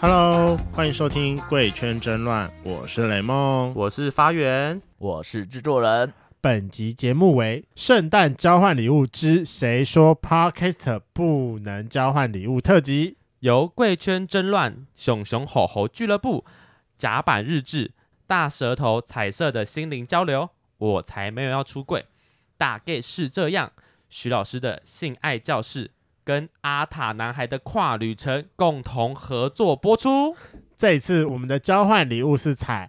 Hello，欢迎收听《贵圈争乱》，我是雷梦。我是发源，我是制作人，本集节目为《圣诞交换礼物之谁说 Podcast 不能交换礼物》特辑。由贵圈争乱、熊熊吼吼俱乐部、甲板日志、大舌头彩色的心灵交流，我才没有要出柜，大概是这样。徐老师的性爱教室跟阿塔男孩的跨旅程共同合作播出。这一次我们的交换礼物是采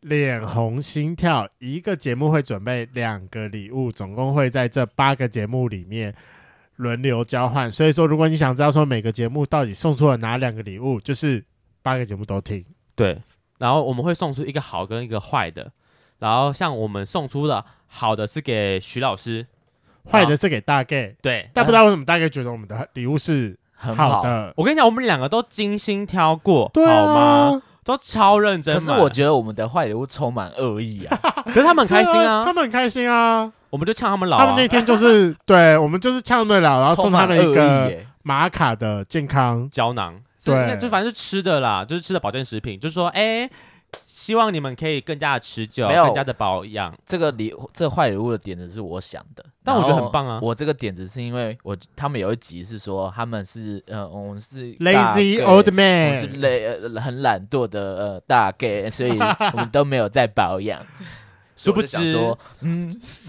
脸红心跳，一个节目会准备两个礼物，总共会在这八个节目里面轮流交换。所以说，如果你想知道说每个节目到底送出了哪两个礼物，就是八个节目都听。对，然后我们会送出一个好跟一个坏的，然后像我们送出的好的是给徐老师，坏的是给大 gay，对，但不知道为什么大 gay 觉得我们的礼物是很好的，我跟你讲，我们两个都精心挑过，对好啊吗？都超认真可买。是我觉得我们的坏礼物充满恶意啊！可是他们很开心是啊他，们很开心啊。我们就呛他们老、他们啊那。天就是对我们就是呛得了，然后送充他满们恶一意个耶，玛卡的健康，胶囊，是对应该就反正是吃的啦，就是吃的保健食品，就是说，哎、希望你们可以更加的持久，没有更加的保养。这个礼这坏礼物的点子是我想的，但我觉得然后很棒啊我这个点子是因为我他们有一集是说他们是呃，我们是大 lazy gay， old 我们是 man，累呃很懒惰的呃大 gay，所以我们都没有在保养。殊不所以我就知想，说嗯，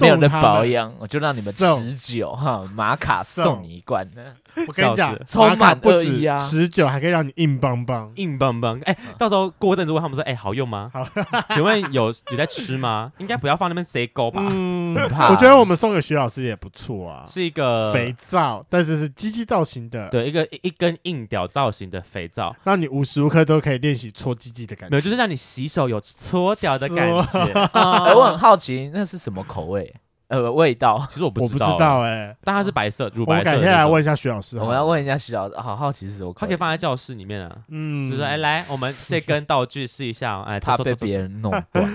没有送在他保们。养，我就让你们送持久哈，玛卡送送你一罐。我跟你讲笑，死玛卡充满不恶止意啊持久，还可以让你硬邦邦。硬邦邦。哎、嗯到时候过一阵子问他们说，哎、好用吗？ 请问有有在吃吗？应该不要放那边塞沟吧？嗯，怕我觉得我们送给徐老师也不错啊，是一个肥皂，但是是鸡鸡造型的，呃对一个一一根硬屌造型的肥皂，让你无时无刻都可以练习搓鸡鸡的感没觉有，。就是让你洗手有搓屌的感觉。哎，我很好奇那是什么口味？呃，味道。其实我不我知不知道，道哎，但它是白色，乳我白们色改的那种。天来问一下徐老师好我了。们要问一下徐老师，好好奇是什么口它味？可以放在教室里面啊。嗯，就是说，哎，来，我们这根道具试一下哦，哎，怕走被，走别人弄 断。走走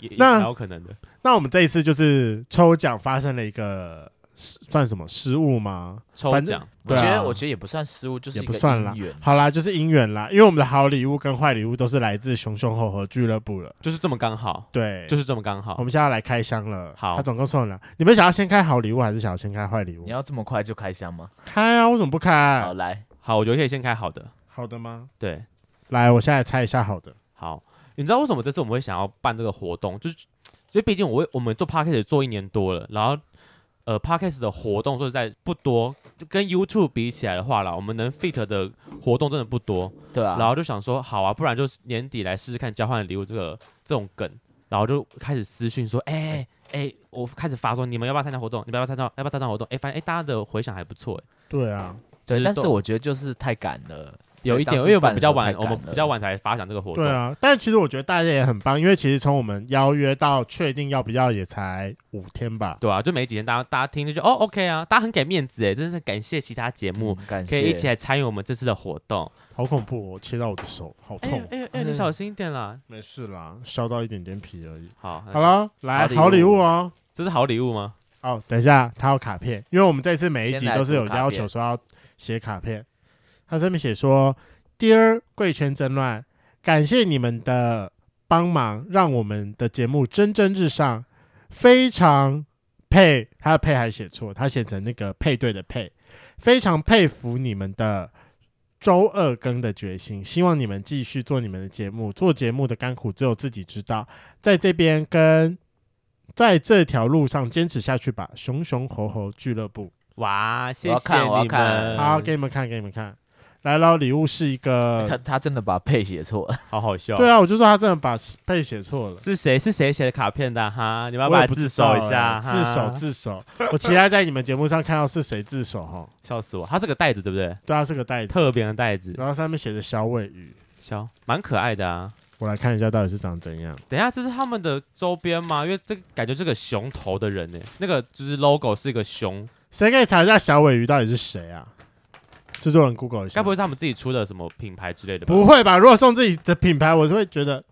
也也那蛮有可能的。那我们这一次就是抽奖发生了一个失算什么失误吗？抽反正奖，我对啊觉得，我觉得也不算失误，就是也一个不算啦姻缘。好啦，就是姻缘啦，因为我们的好礼物跟坏礼物都是来自熊熊吼吼俱乐部了。就是这么刚好，对，就是是这么刚我好。们现在要来开箱了。好他总共送了，你们想要先开好礼物还是想要先开坏礼物你？要这么快就开箱吗？开啊，为什么不开好，？来，好，我觉得可以先开好的。好的吗？对，来，我现在猜一下好的。好，你知道为什么这次我们会想要办这个活动？就是，就毕竟我为我们做 podcast 做一年多了，然后。呃，podcast 的活动说实在不多，就跟 YouTube 比起来的话啦，我们能 fit 的活动真的不多。对啊，然后就想说，好啊，不然就是年底来试试看交换礼物这个这种梗，然后就开始私讯说，哎、哎、我开始发说，你们要不要参加活动？你们要不要参加？要不要参加活动？哎、发现哎、大家的回响还不错、哎对啊，对，就是但是都我觉得就是太赶了，有一点，当因初为我们比办的较时候晚，太我们赶比较了晚才发想这个活动，对啊，但其实我觉得大家也很棒，因为其实从我们邀约到确定要不要也才五天吧。对啊，就没几天，大家大家听就觉得哦，OK 啊，大家很给面子、哎，真是感谢其他节目。嗯感可谢以一起来参与我们这次的活动。好恐怖、哦，切到我的手，好哎痛。呦哎呦哎呦，你小心一点啦。没事啦，烧到一点点皮而已。好，好，了，来好礼好礼物物哦。这是好礼物吗？哦，等一下，它有卡片，因为我们这次每一集先来都是有读卡要求说要写卡片。它上面写说：“Dear 贵圈争乱，感谢你们的帮忙，让我们的节目蒸蒸日上。非常佩，他的佩还写错，他写成那个配对的配。非常佩服你们的周二更的决心，希望你们继续做你们的节目。做节目的甘苦只有自己知道，在这边跟在这条路上坚持下去吧。熊熊猴猴俱乐部，哇，谢我要谢看我要你看们，好，给你们看，给你们看。来喽，礼物是一 他个，他真的把配写错了，好好笑。对啊，我就说他真的把配写错了。是谁是谁写的卡片的哈？你们要不我要也来不自知首一道下？欸自首哈，自首。我期待在你们节目上看到是谁自首哈。笑死我！它这个袋子对不对？对啊，是个袋子，特别的袋子，然后上面写着小尾鱼。笑，蛮可爱的啊。我来看一下到底是长怎样。等一下，这是他们的周边吗？因为这个感觉这个熊头的人呢，欸那个就是 logo 是一个熊，谁可以查一下小尾鱼到底是谁啊？制作人 Google 一下。该不会是他们自己出的什么品牌之类的吧？不会吧？如果送自己的品牌，我是会觉得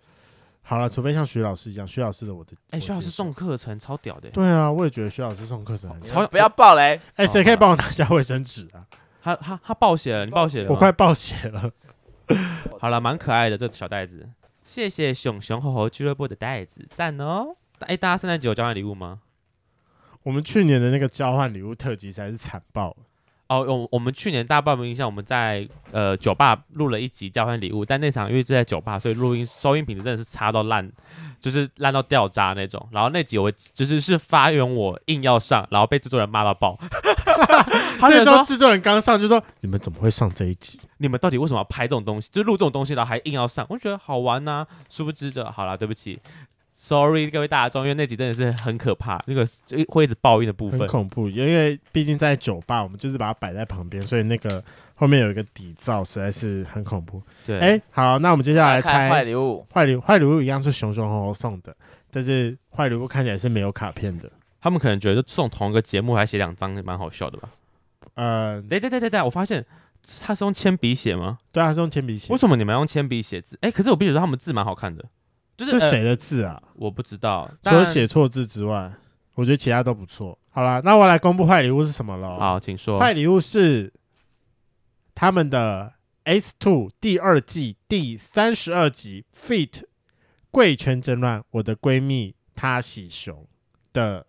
好了，除非像徐老师一样，徐老师的我的，哎，徐老师我接受送课程超屌的，欸对啊，我也觉得徐老师送课程很超不要爆雷，哎，谁哦可以好帮我拿一下卫生纸啊？啊他他他爆血了，你爆血了吗？我快爆血了。好了，蛮可爱的这小袋子。谢谢熊熊猴猴俱乐部的袋子，赞哦！哎、大家圣诞节有交换礼物吗？我们去年的那个交换礼物特辑才是惨爆了，哦，我我们去年大家不知道有没有印象，我们在呃酒吧录了一集交换礼物，但那场因为就在酒吧，所以录音收音品质真的是差到烂，就是烂到掉渣那种。然后那集我就是是发源我硬要上，然后被制作人骂到爆，他那就时候啊说制作人刚上就说：“你们怎么会上这一集你们到底为什么要拍这种东西，就是录这种东西，然后还硬要上，我就觉得好玩呐、殊不知的，好啦，对不起，sorry 各位大众，因为那集真的是很可怕，那个就会一直报应的？”部很分。恐怖，因为毕竟在酒吧，我们就是把它摆在旁边，所以那个后面有一个底噪，实在是很恐怖。对，哎、好，那我们接下来看坏猜礼物，坏礼物坏礼物一样是熊熊猴猴送的，但是坏礼物看起来是没有卡片的。他们可能觉得送同一个节目还写两张，蛮好笑的吧？呃，对对对对对，我发现他是用铅笔写吗？对啊，是用铅笔写为，什么你们要用铅笔写字？哎、可是我必须说他们字蛮好看的，就是呃谁的字啊？我不知道，除了但写错字之外，我觉得其他都不错。好啦，那我来公布坏礼物是什么喽。好，请说。坏礼物是他们的《S Two》第二季第三十二集《Fit 贵圈争乱》，我的闺蜜她喜熊的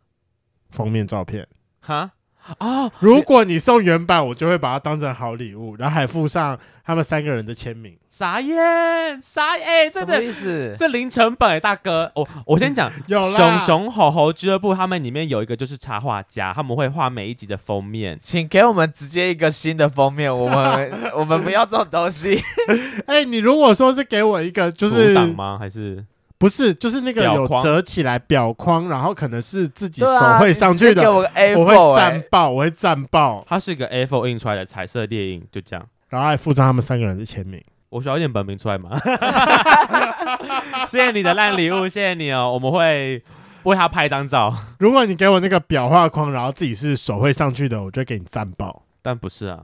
封面照片。哈哦，如果你送原版，我就会把它当成好礼物，然后还附上他们三个人的签名。傻眼傻眼，哎、这什么这意思？这零成本、哎大哥，我我先讲。有啦，熊熊猴猴俱乐部，他们里面有一个就是插画家，他们会画每一集的封面。请给我们直接一个新的封面，我 们我们不要这种东西。哎、你如果说是给我一个，就图是档吗？还是不是就是那个表有框折起来表框，然后可能是自己对啊手绘上去你直接给的，我个 A 我 four，哎会赞爆，我会赞爆，它是一个 A4 印出来的彩色猎印，就这样。然后还附上他们三个人的签名。我需要念本名出来吗？ 谢谢你的烂礼物，谢谢你哦，我们会为他拍一张照。如果你给我那个裱画框，然后自己是手绘上去的，我就会给你赞爆。 但不是啊，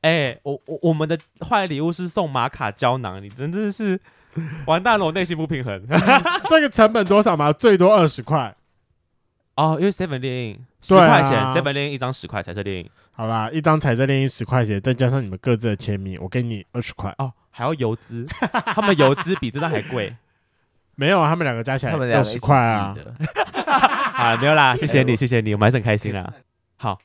哎、我我我们的坏礼物是送玛卡胶囊，你真的是完蛋了，我内心不平衡这个成本多少吗？最多二十块。 哦，因为 seven 猎印十对啊块钱，seven 猎印一张十块，彩色猎印好啦，一张彩色练习十块钱，再加上你们各自的签名，我给你二十块。哦，还要邮资， 他们邮资比这张还贵没有啊，他们两个加起来他们两六个一十起块啊寄。的。 啊，没有 啦，谢谢你，谢谢你，我们还是很开心 啊啦。好，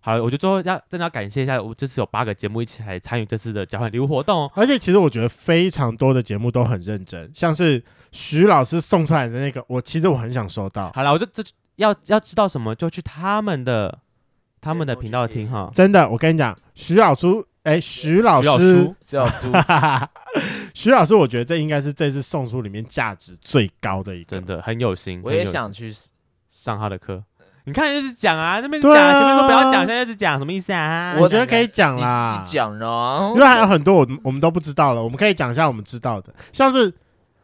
好了，我就最后要真的要感谢一下，我这次有八个节目一起来参与这次的交换礼物活动哦。而且其实我觉得非常多的节目都很认真，像是徐老师送出来的那个，我其实我很想收到，好了，我就这要要知道什么就去他们的他们的频道听哈。真的，我跟你讲，徐老师，哎、徐老徐老师叔， 只有猪，徐老师，我觉得这应该是这次送出里面价值最高的一个真。的很有心， 我很也有心想去。上他的课。你看就是讲啊，那边对讲，啊前面都不要讲，现在一直讲，什么意思啊？我觉得可以讲你啦，自己讲啊呢因？为还有很多我们我们都不知道了，我们可以讲一下我们知道的，像是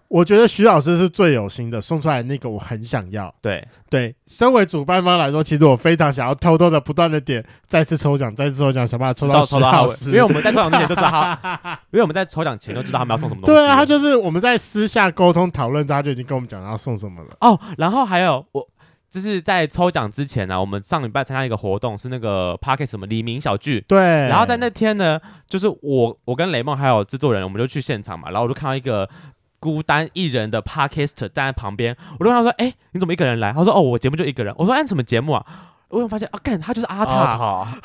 我觉得徐老师是最有心的，送出来那个我很想要。对，对，身为主办方来说，其实我非常想要偷偷的不断的点，再次抽奖，再次抽奖，想办法抽直到徐抽到他老尾，师。因为我们在抽奖之前就知道他， 因为我们在抽奖前就知道他们要送什么东西。对啊，他就是我们在私下沟通讨论之后，他就已经跟我们讲要送什么了。哦，然后还有我。就是在抽奖之前呢、啊我们上礼拜参加一个活动，是那个 p a r k e t 什么黎明小聚，对，然后在那天呢，就是我我跟雷梦还有制作人，我们就去现场嘛，然后我就看到一个孤单一人的 podcast 站在旁边，我就问他说：“哎、你怎么一个人来？”他说：“哦，我节目就一个人。”我说：“哎，什么节目啊？”我有发现啊，干他就是阿塔，塔，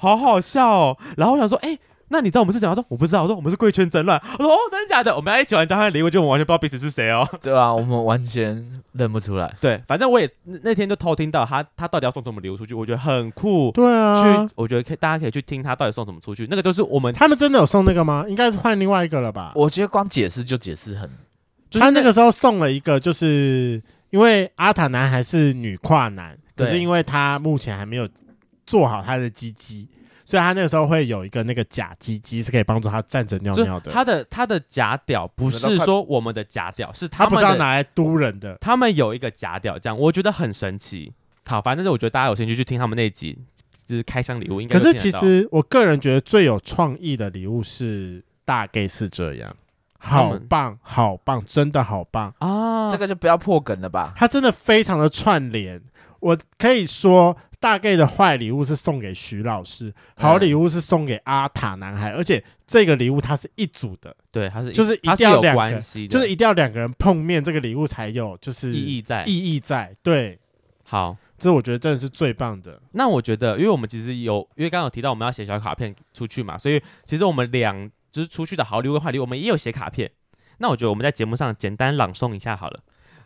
好好笑哦。然后我想说：“哎、那你知道我们是怎样？”他说：“我不知道。”我说：“我们是贵圈争乱。”我说：“哦，真的假的？我们要一起玩交换礼物，就我们完全不知道彼此 是谁哦。对啊，我们完全认不出来”。对，反正我也那那天就偷听到他他到底要送什么礼物出去，我觉得很酷。对啊去，，我觉得可以，大家可以去听他到底送什么出去。那个就是我们他们真的有送那个吗？应该是换另外一个了吧？我觉得光解释就解释很就是他那个时候送了一个，就是因为阿塔男还是女跨男，可对是因为他目前还没有做好他的鸡鸡，所以他那个时候会有一个那个假鸡鸡是可以帮助他站着尿就尿的。他的他的假屌不是说我们的假屌，是他他不们是要的，拿来嘟人的，他们有一个假屌，这样我觉得很神奇。好，反正是我觉得大家有兴趣去听他们那一集，就是开箱礼物，应该可都是听其得到实我个人觉得最有创意的礼物是大概是这样，好棒，好棒，真的好棒。啊，这个就不要破梗了吧？它真的非常的串联。我可以说，大概的坏礼物是送给徐老师，好礼物是送给阿塔男孩，而且这个礼物它是一组的，对，它是就是一它是定要有两个关系的，就是一定要两个人碰面，这个礼物才有就是意义在。意义在。对，好，这我觉得真的是最棒的。那我觉得，因为我们其实有，因为刚刚有提到我们要写小卡片出去嘛，所以其实我们两就是出去的好礼物跟坏礼物，我们也有写卡片。那我觉得我们在节目上简单朗诵一下好了。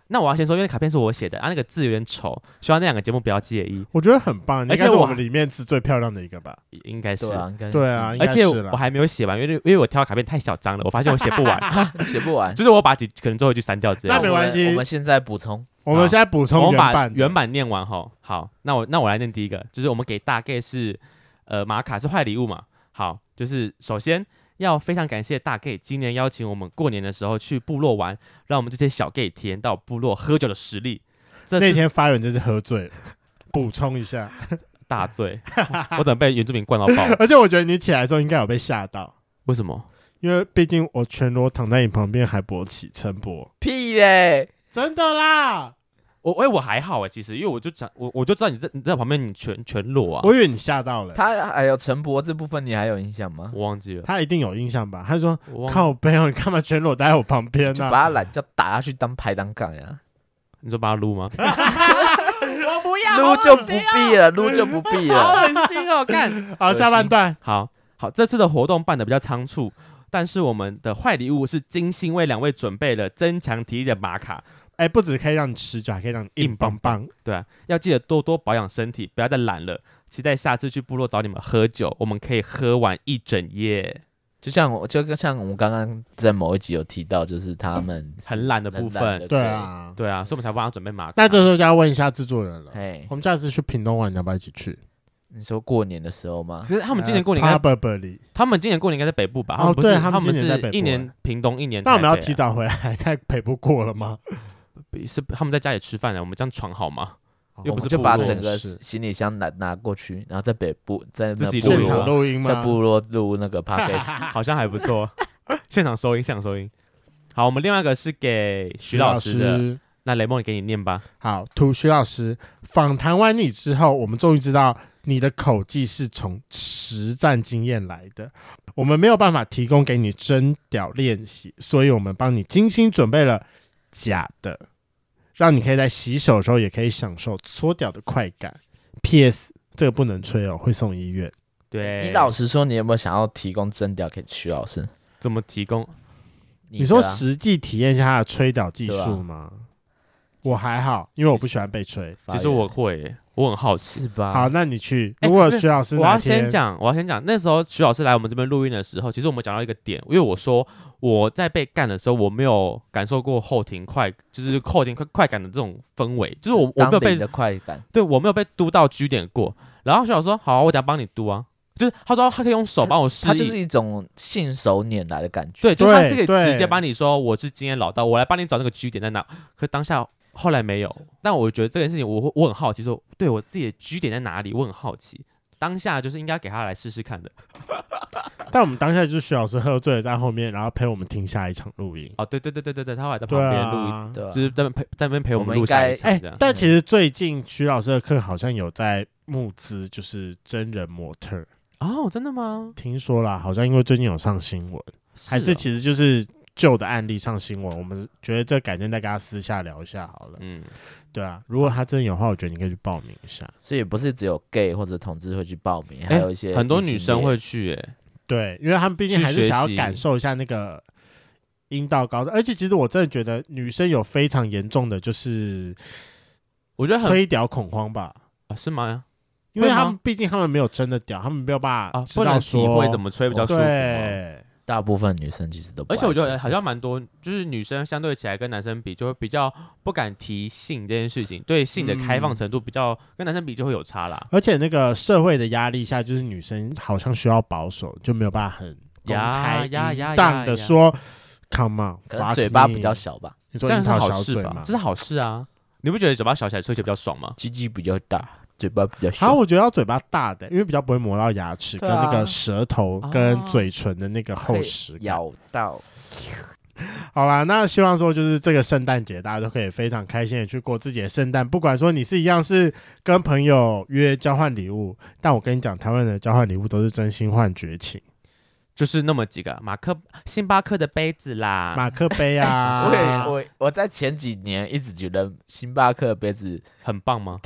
那我要先说，因为卡片是我写的，啊，那个字有点丑，希望那两个节目不要介意，我觉得很棒，你而应且该是我我们里面是最漂亮的一个吧？应该是。对啊，应该是对 啊，，应而该且是我啦。还没有写完，因为因为我挑的卡片太小张了，我发现我写 不完，写不完。就是我把几可能最后一句删掉之类那的。没关系我们我们现在补充，我们现在补哦我充们原把版的，原版念完吼。好，那我那我来念第一个，就是我们给大概是，呃，玛卡是坏礼物嘛。好，就是首先要非常感谢大 gay 今年邀请我们过年的时候去部落玩，让我们这些小 gay 体验到部落喝酒的 实力。这那是天发源真是喝醉了。补充一下，大 醉，我怎么被原住民灌到爆？而且我觉得你起来的时候应该有被吓到，为什么？因为毕竟我全裸躺在你旁边，还勃起陈勃，屁嘞！真的啦！我哎、我还好哎、其实因为我就想我我就知道你在你在旁边你全全裸啊，我以为你吓到了，他还有陈博这部分，你还有印象吗？我忘记了，他一定有印象吧？他说我：“忘靠背哦，你干嘛全裸待在我旁边啊就呢、把他懒觉打下去当排挡杠呀，你说把它撸吗？ 我不要啊撸就不必了，撸就不必了。恶心 哦，干！好，下半段好好，这次的活动办的比较仓促，但是我们的坏礼物是精心为两位准备了增强体力的玛卡，哎、不止可以让你持久，还可以让你硬邦邦。对啊，要记得多多保养身体，不要再懒了。期待下次去部落找你们喝酒，我们可以喝完一整夜，就像我，就像我们刚刚在某一集有提到，就是他们是很懒的部很懒分的。对，啊，对啊，所以我们才帮他准备玛卡。那这时候就要问一下制作人了。嘿我，们下次去屏东玩，你要不要一起去？呃你说过年的时候吗？其实他们今年过年应该， probably，他们今年过年应该在北部吧？哦他们不是对他他们今年在北部啊是一年屏东，一年那我们要台北啊提早回来，在北部过了吗？是他们在家里吃饭的，我们这样闯好吗？又不我们哦是就部把落整个是行李箱拿拿过去，然后在北部在那自己部现落场录音吗在？部落录那个 podcast，好像还不错，现场收音，现场收音。好，我们另外一个是给徐徐老老师的，那雷梦，你给你念吧。好，图徐老师访谈完你之后，我们终于知道你的口技是从实战经验来的。我们没有办法提供给你真屌练习，所以我们帮你精心准备了假的，让你可以在洗手的时候也可以享受搓屌的快感。P.S. 这个不能吹哦，会送医院。对，你老实说，你有没有想要提供真屌给徐老师？怎么提供？你你说的啊实际体验一下他的吹屌技对啊术吗？我还好，因为我不喜欢被吹。发其言实我会耶，我很好奇。是吧？好，那你去。哎如果不是徐老师 我哪要天先讲，我要先讲。那时候徐老师来我们这边录音的时候，其实我们讲到一个点，因为我说我在被干的时候，我没有感受过后庭快，就是后庭快快感的这种氛围，就是我我当没有领被的快感，对我没有被嘟到居点过。然后徐老师说：“好啊、我等下帮你嘟啊。”就是他说他可以用手帮我示它意，就是一种信手拈来的感觉。对，就是他是可对以对直接帮你说我是经验老道，我来帮你找那个据点在哪。可当下后来没有，但我觉得这件事情我会我很好奇说，对我自己的据点在哪里，我很好奇。当下就是应该给他来试试看的。但我们当下就是徐老师喝醉了在后面，然后陪我们听下一场录音。哦，对对对对对对，他后来在旁对边录音，啊，对吧就是在那边陪在那边陪我我们们录下一应场哎、这样。嗯但其实最近徐老师的课好像有在募资，就是真人模特儿，哦，真的吗？听说啦，好像因为最近有上新闻，还是哦其实就是旧的案例上新闻，我们觉得这改天再跟他私下聊一下好了。嗯，对啊，如果他真的有的话，我觉得你可以去报名一下。所以不是只有 gay 或者同志会去报名，还哎有一些很多异性女生恋会去、哎，对，因为他们毕竟还是想去学习要感受一下那个阴道高潮，而且其实我真的觉得女生有非常严重的就是我觉得很、吹屌恐慌吧。啊是吗？因为会吗他们毕竟他们没有真的屌，他们没有办法啊，知不能道体说、会怎么吹比较舒服、哦。对，大部分女生其实都不而爱且去，我觉得好像蛮多，就是女生相对起来跟男生比，就会比较不敢提性这件事情，对性的开放程度比较、跟男生比就会有差啦。而且那个社会的压力下，就是女生好像需要保守，就没有办法很公呀开呀呀淫荡呀的说，Come on，可能 fuck 嘴巴 me 比较，小吧，你这说样樱是桃好小事嘴吧吗？？这是好事啊！你不觉得嘴巴小起来吹起来比较爽吗？鸡鸡比较大，嘴巴比较好，小。我觉得要嘴巴大的，因为比较不会磨到牙齿、对跟啊那个舌头、哦跟嘴唇的那个厚实感。咬到，好啦，那希望说就是这个圣诞节，大家都可以非常开心的去过自己的圣诞。不管说你是一样是跟朋友约交换礼物，但我跟你讲，台湾人的交换礼物都是真心换绝情，就是那么几个马克星巴克的杯子啦，马克杯啊，我也我我在前几年一直觉得星巴克的杯子很棒吗？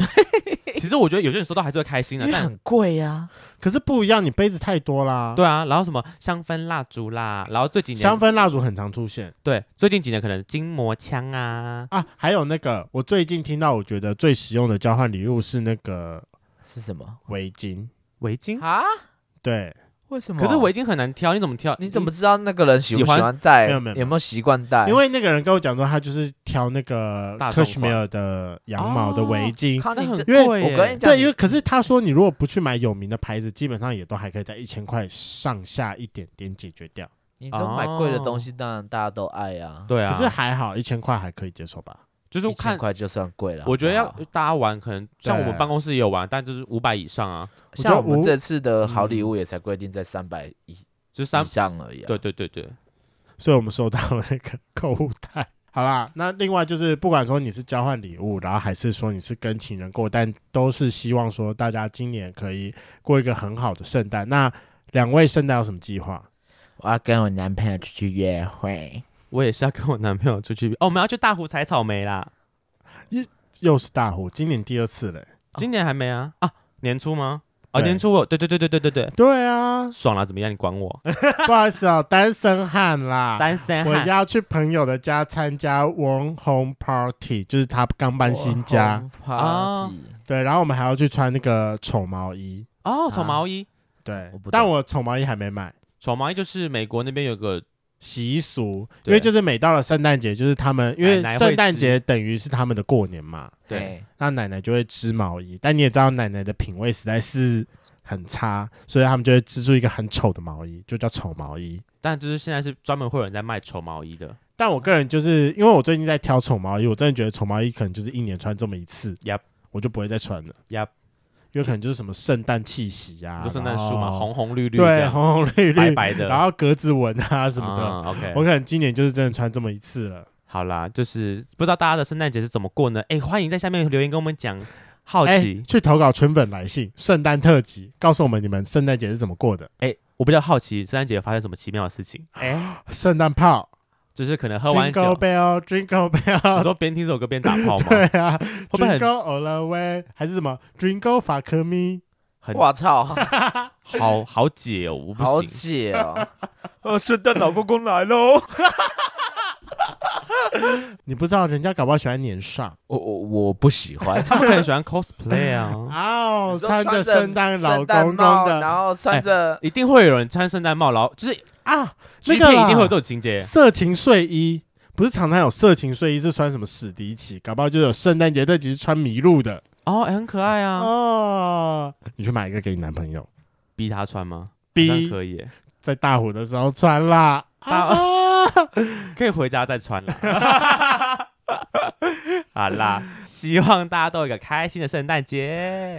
其实我觉得有些人收到还是会开心因的 为，但很贵呀、可是不一样，你杯子太多啦。对啊，然后什么香氛蜡烛啦，然后最近香年氛蜡烛很常出现对最近几年可能筋膜枪啊，啊，还有那个我最近听到，我觉得最实用的交换礼物是那个是什么围巾，围巾。啊？对，为什么？可是围巾很难挑，你怎么挑？你怎么知道那个人喜不喜喜欢戴？没有没有没有有没有习惯戴？因为那个人跟我讲说，他就是挑那个哎大众款 Cashmere 的羊毛的围巾。康那你很的因为贵耶？我跟你讲，对，因为可是他说，你如果不去买有名的牌子，基本上也都还可以在一千块上下一点点解决掉。你都买贵的东西，当然大家都爱呀、对啊，可是还好，一千块还可以接受吧？就是一千看，块就算贵啊了。我觉得要好不好大家玩，可能像我们对办公室也有玩，但就是五百以上啊，觉得像我们五这次的好礼物也才规定在三百以就是三以。上而已、啊。对，对对对，所以我们收到了那个购物袋。 好啦，那另外就是，不管说你是交换礼物，然后还是说你是跟情人过，但都是希望说大家今年可以过一个很好的圣诞。那两位圣诞有什么计划？我要跟我男朋友出去约会。我也是要跟我男朋友出去哦，我们要去大湖采草莓啦。又是大虎，今年第二次嘞。今年还没啊啊，年初吗？哦啊，对年初我，对对对对对对对，对啊，爽了怎么样？你管 我？不好意思啊、单身汉啦。单 身我汉，要去朋友的家参加 One Home Party，就是他刚搬新家，哦啊！对，然后我们还要去穿那个丑毛衣，哦，啊丑毛衣，对我不，懂但我丑毛衣还没买。丑毛衣就是美国那边有个习俗，因对为就是每到了圣诞节，就是他们因为奶奶会圣诞节等于是他们的过年嘛，对嘿，那奶奶就会织毛衣，但你也知道奶奶的品味实在是很差，所以他们就会织出一个很丑的毛衣，就叫丑毛衣。但就是现在是专门会有人在卖丑毛衣的。但我个人就是因为我最近在挑丑毛衣，我真的觉得丑毛衣可能就是一年穿这么一次 Yep 我就不会再穿了 Yep 因为可能就是什么圣诞气息啊，就圣诞树嘛，然后红红绿绿这对样，红红绿绿白白的，然后格子纹啊什么的、啊 OK，我可能今年就是真的穿这么一次了。好啦，就是不知道大家的圣诞节是怎么过呢？哎，欢迎在下面留言跟我们讲，好奇哎，去投稿春粉来信，圣诞特辑，告诉我们你们圣诞节是怎么过的。哎，我比较好奇圣诞节发生什么奇妙的事情，哎，圣诞炮就是可能喝完酒， ，Jingle 你 Bell，Jingle Bell，说边听这首歌边打炮 吗？对啊会不会很，Jingle All the Way，还是什么 Jingle f u c k Me？很我操，好好解哦，我好不行，解哦！呃，圣诞老公公来喽！你不知道人家搞不好喜欢年上我我我不喜欢。 他们很喜欢 cosplay 啊，哦，你说穿着圣诞老公公帽然的哎后穿着 一定会有人穿圣诞帽，然后就是啊， G 那片个一定会有这啦种情节，色情睡衣。不是常常有色情睡衣是穿什么史迪奇，搞不好就有圣诞节特辑是穿麋鹿的哦，哎很可爱啊，哦。你去买一个给你男朋友，逼他穿吗？好像逼可以耶，在大火的时候穿啦。啊，可以回家再穿了。 好啦，希望大家都有一个开心的圣诞节。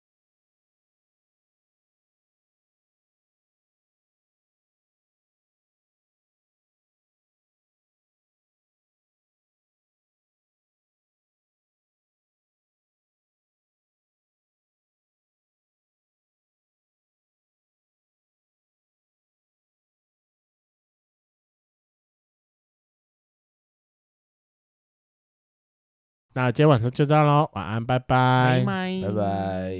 那今天晚上就这样喽，晚安，拜拜。拜拜拜。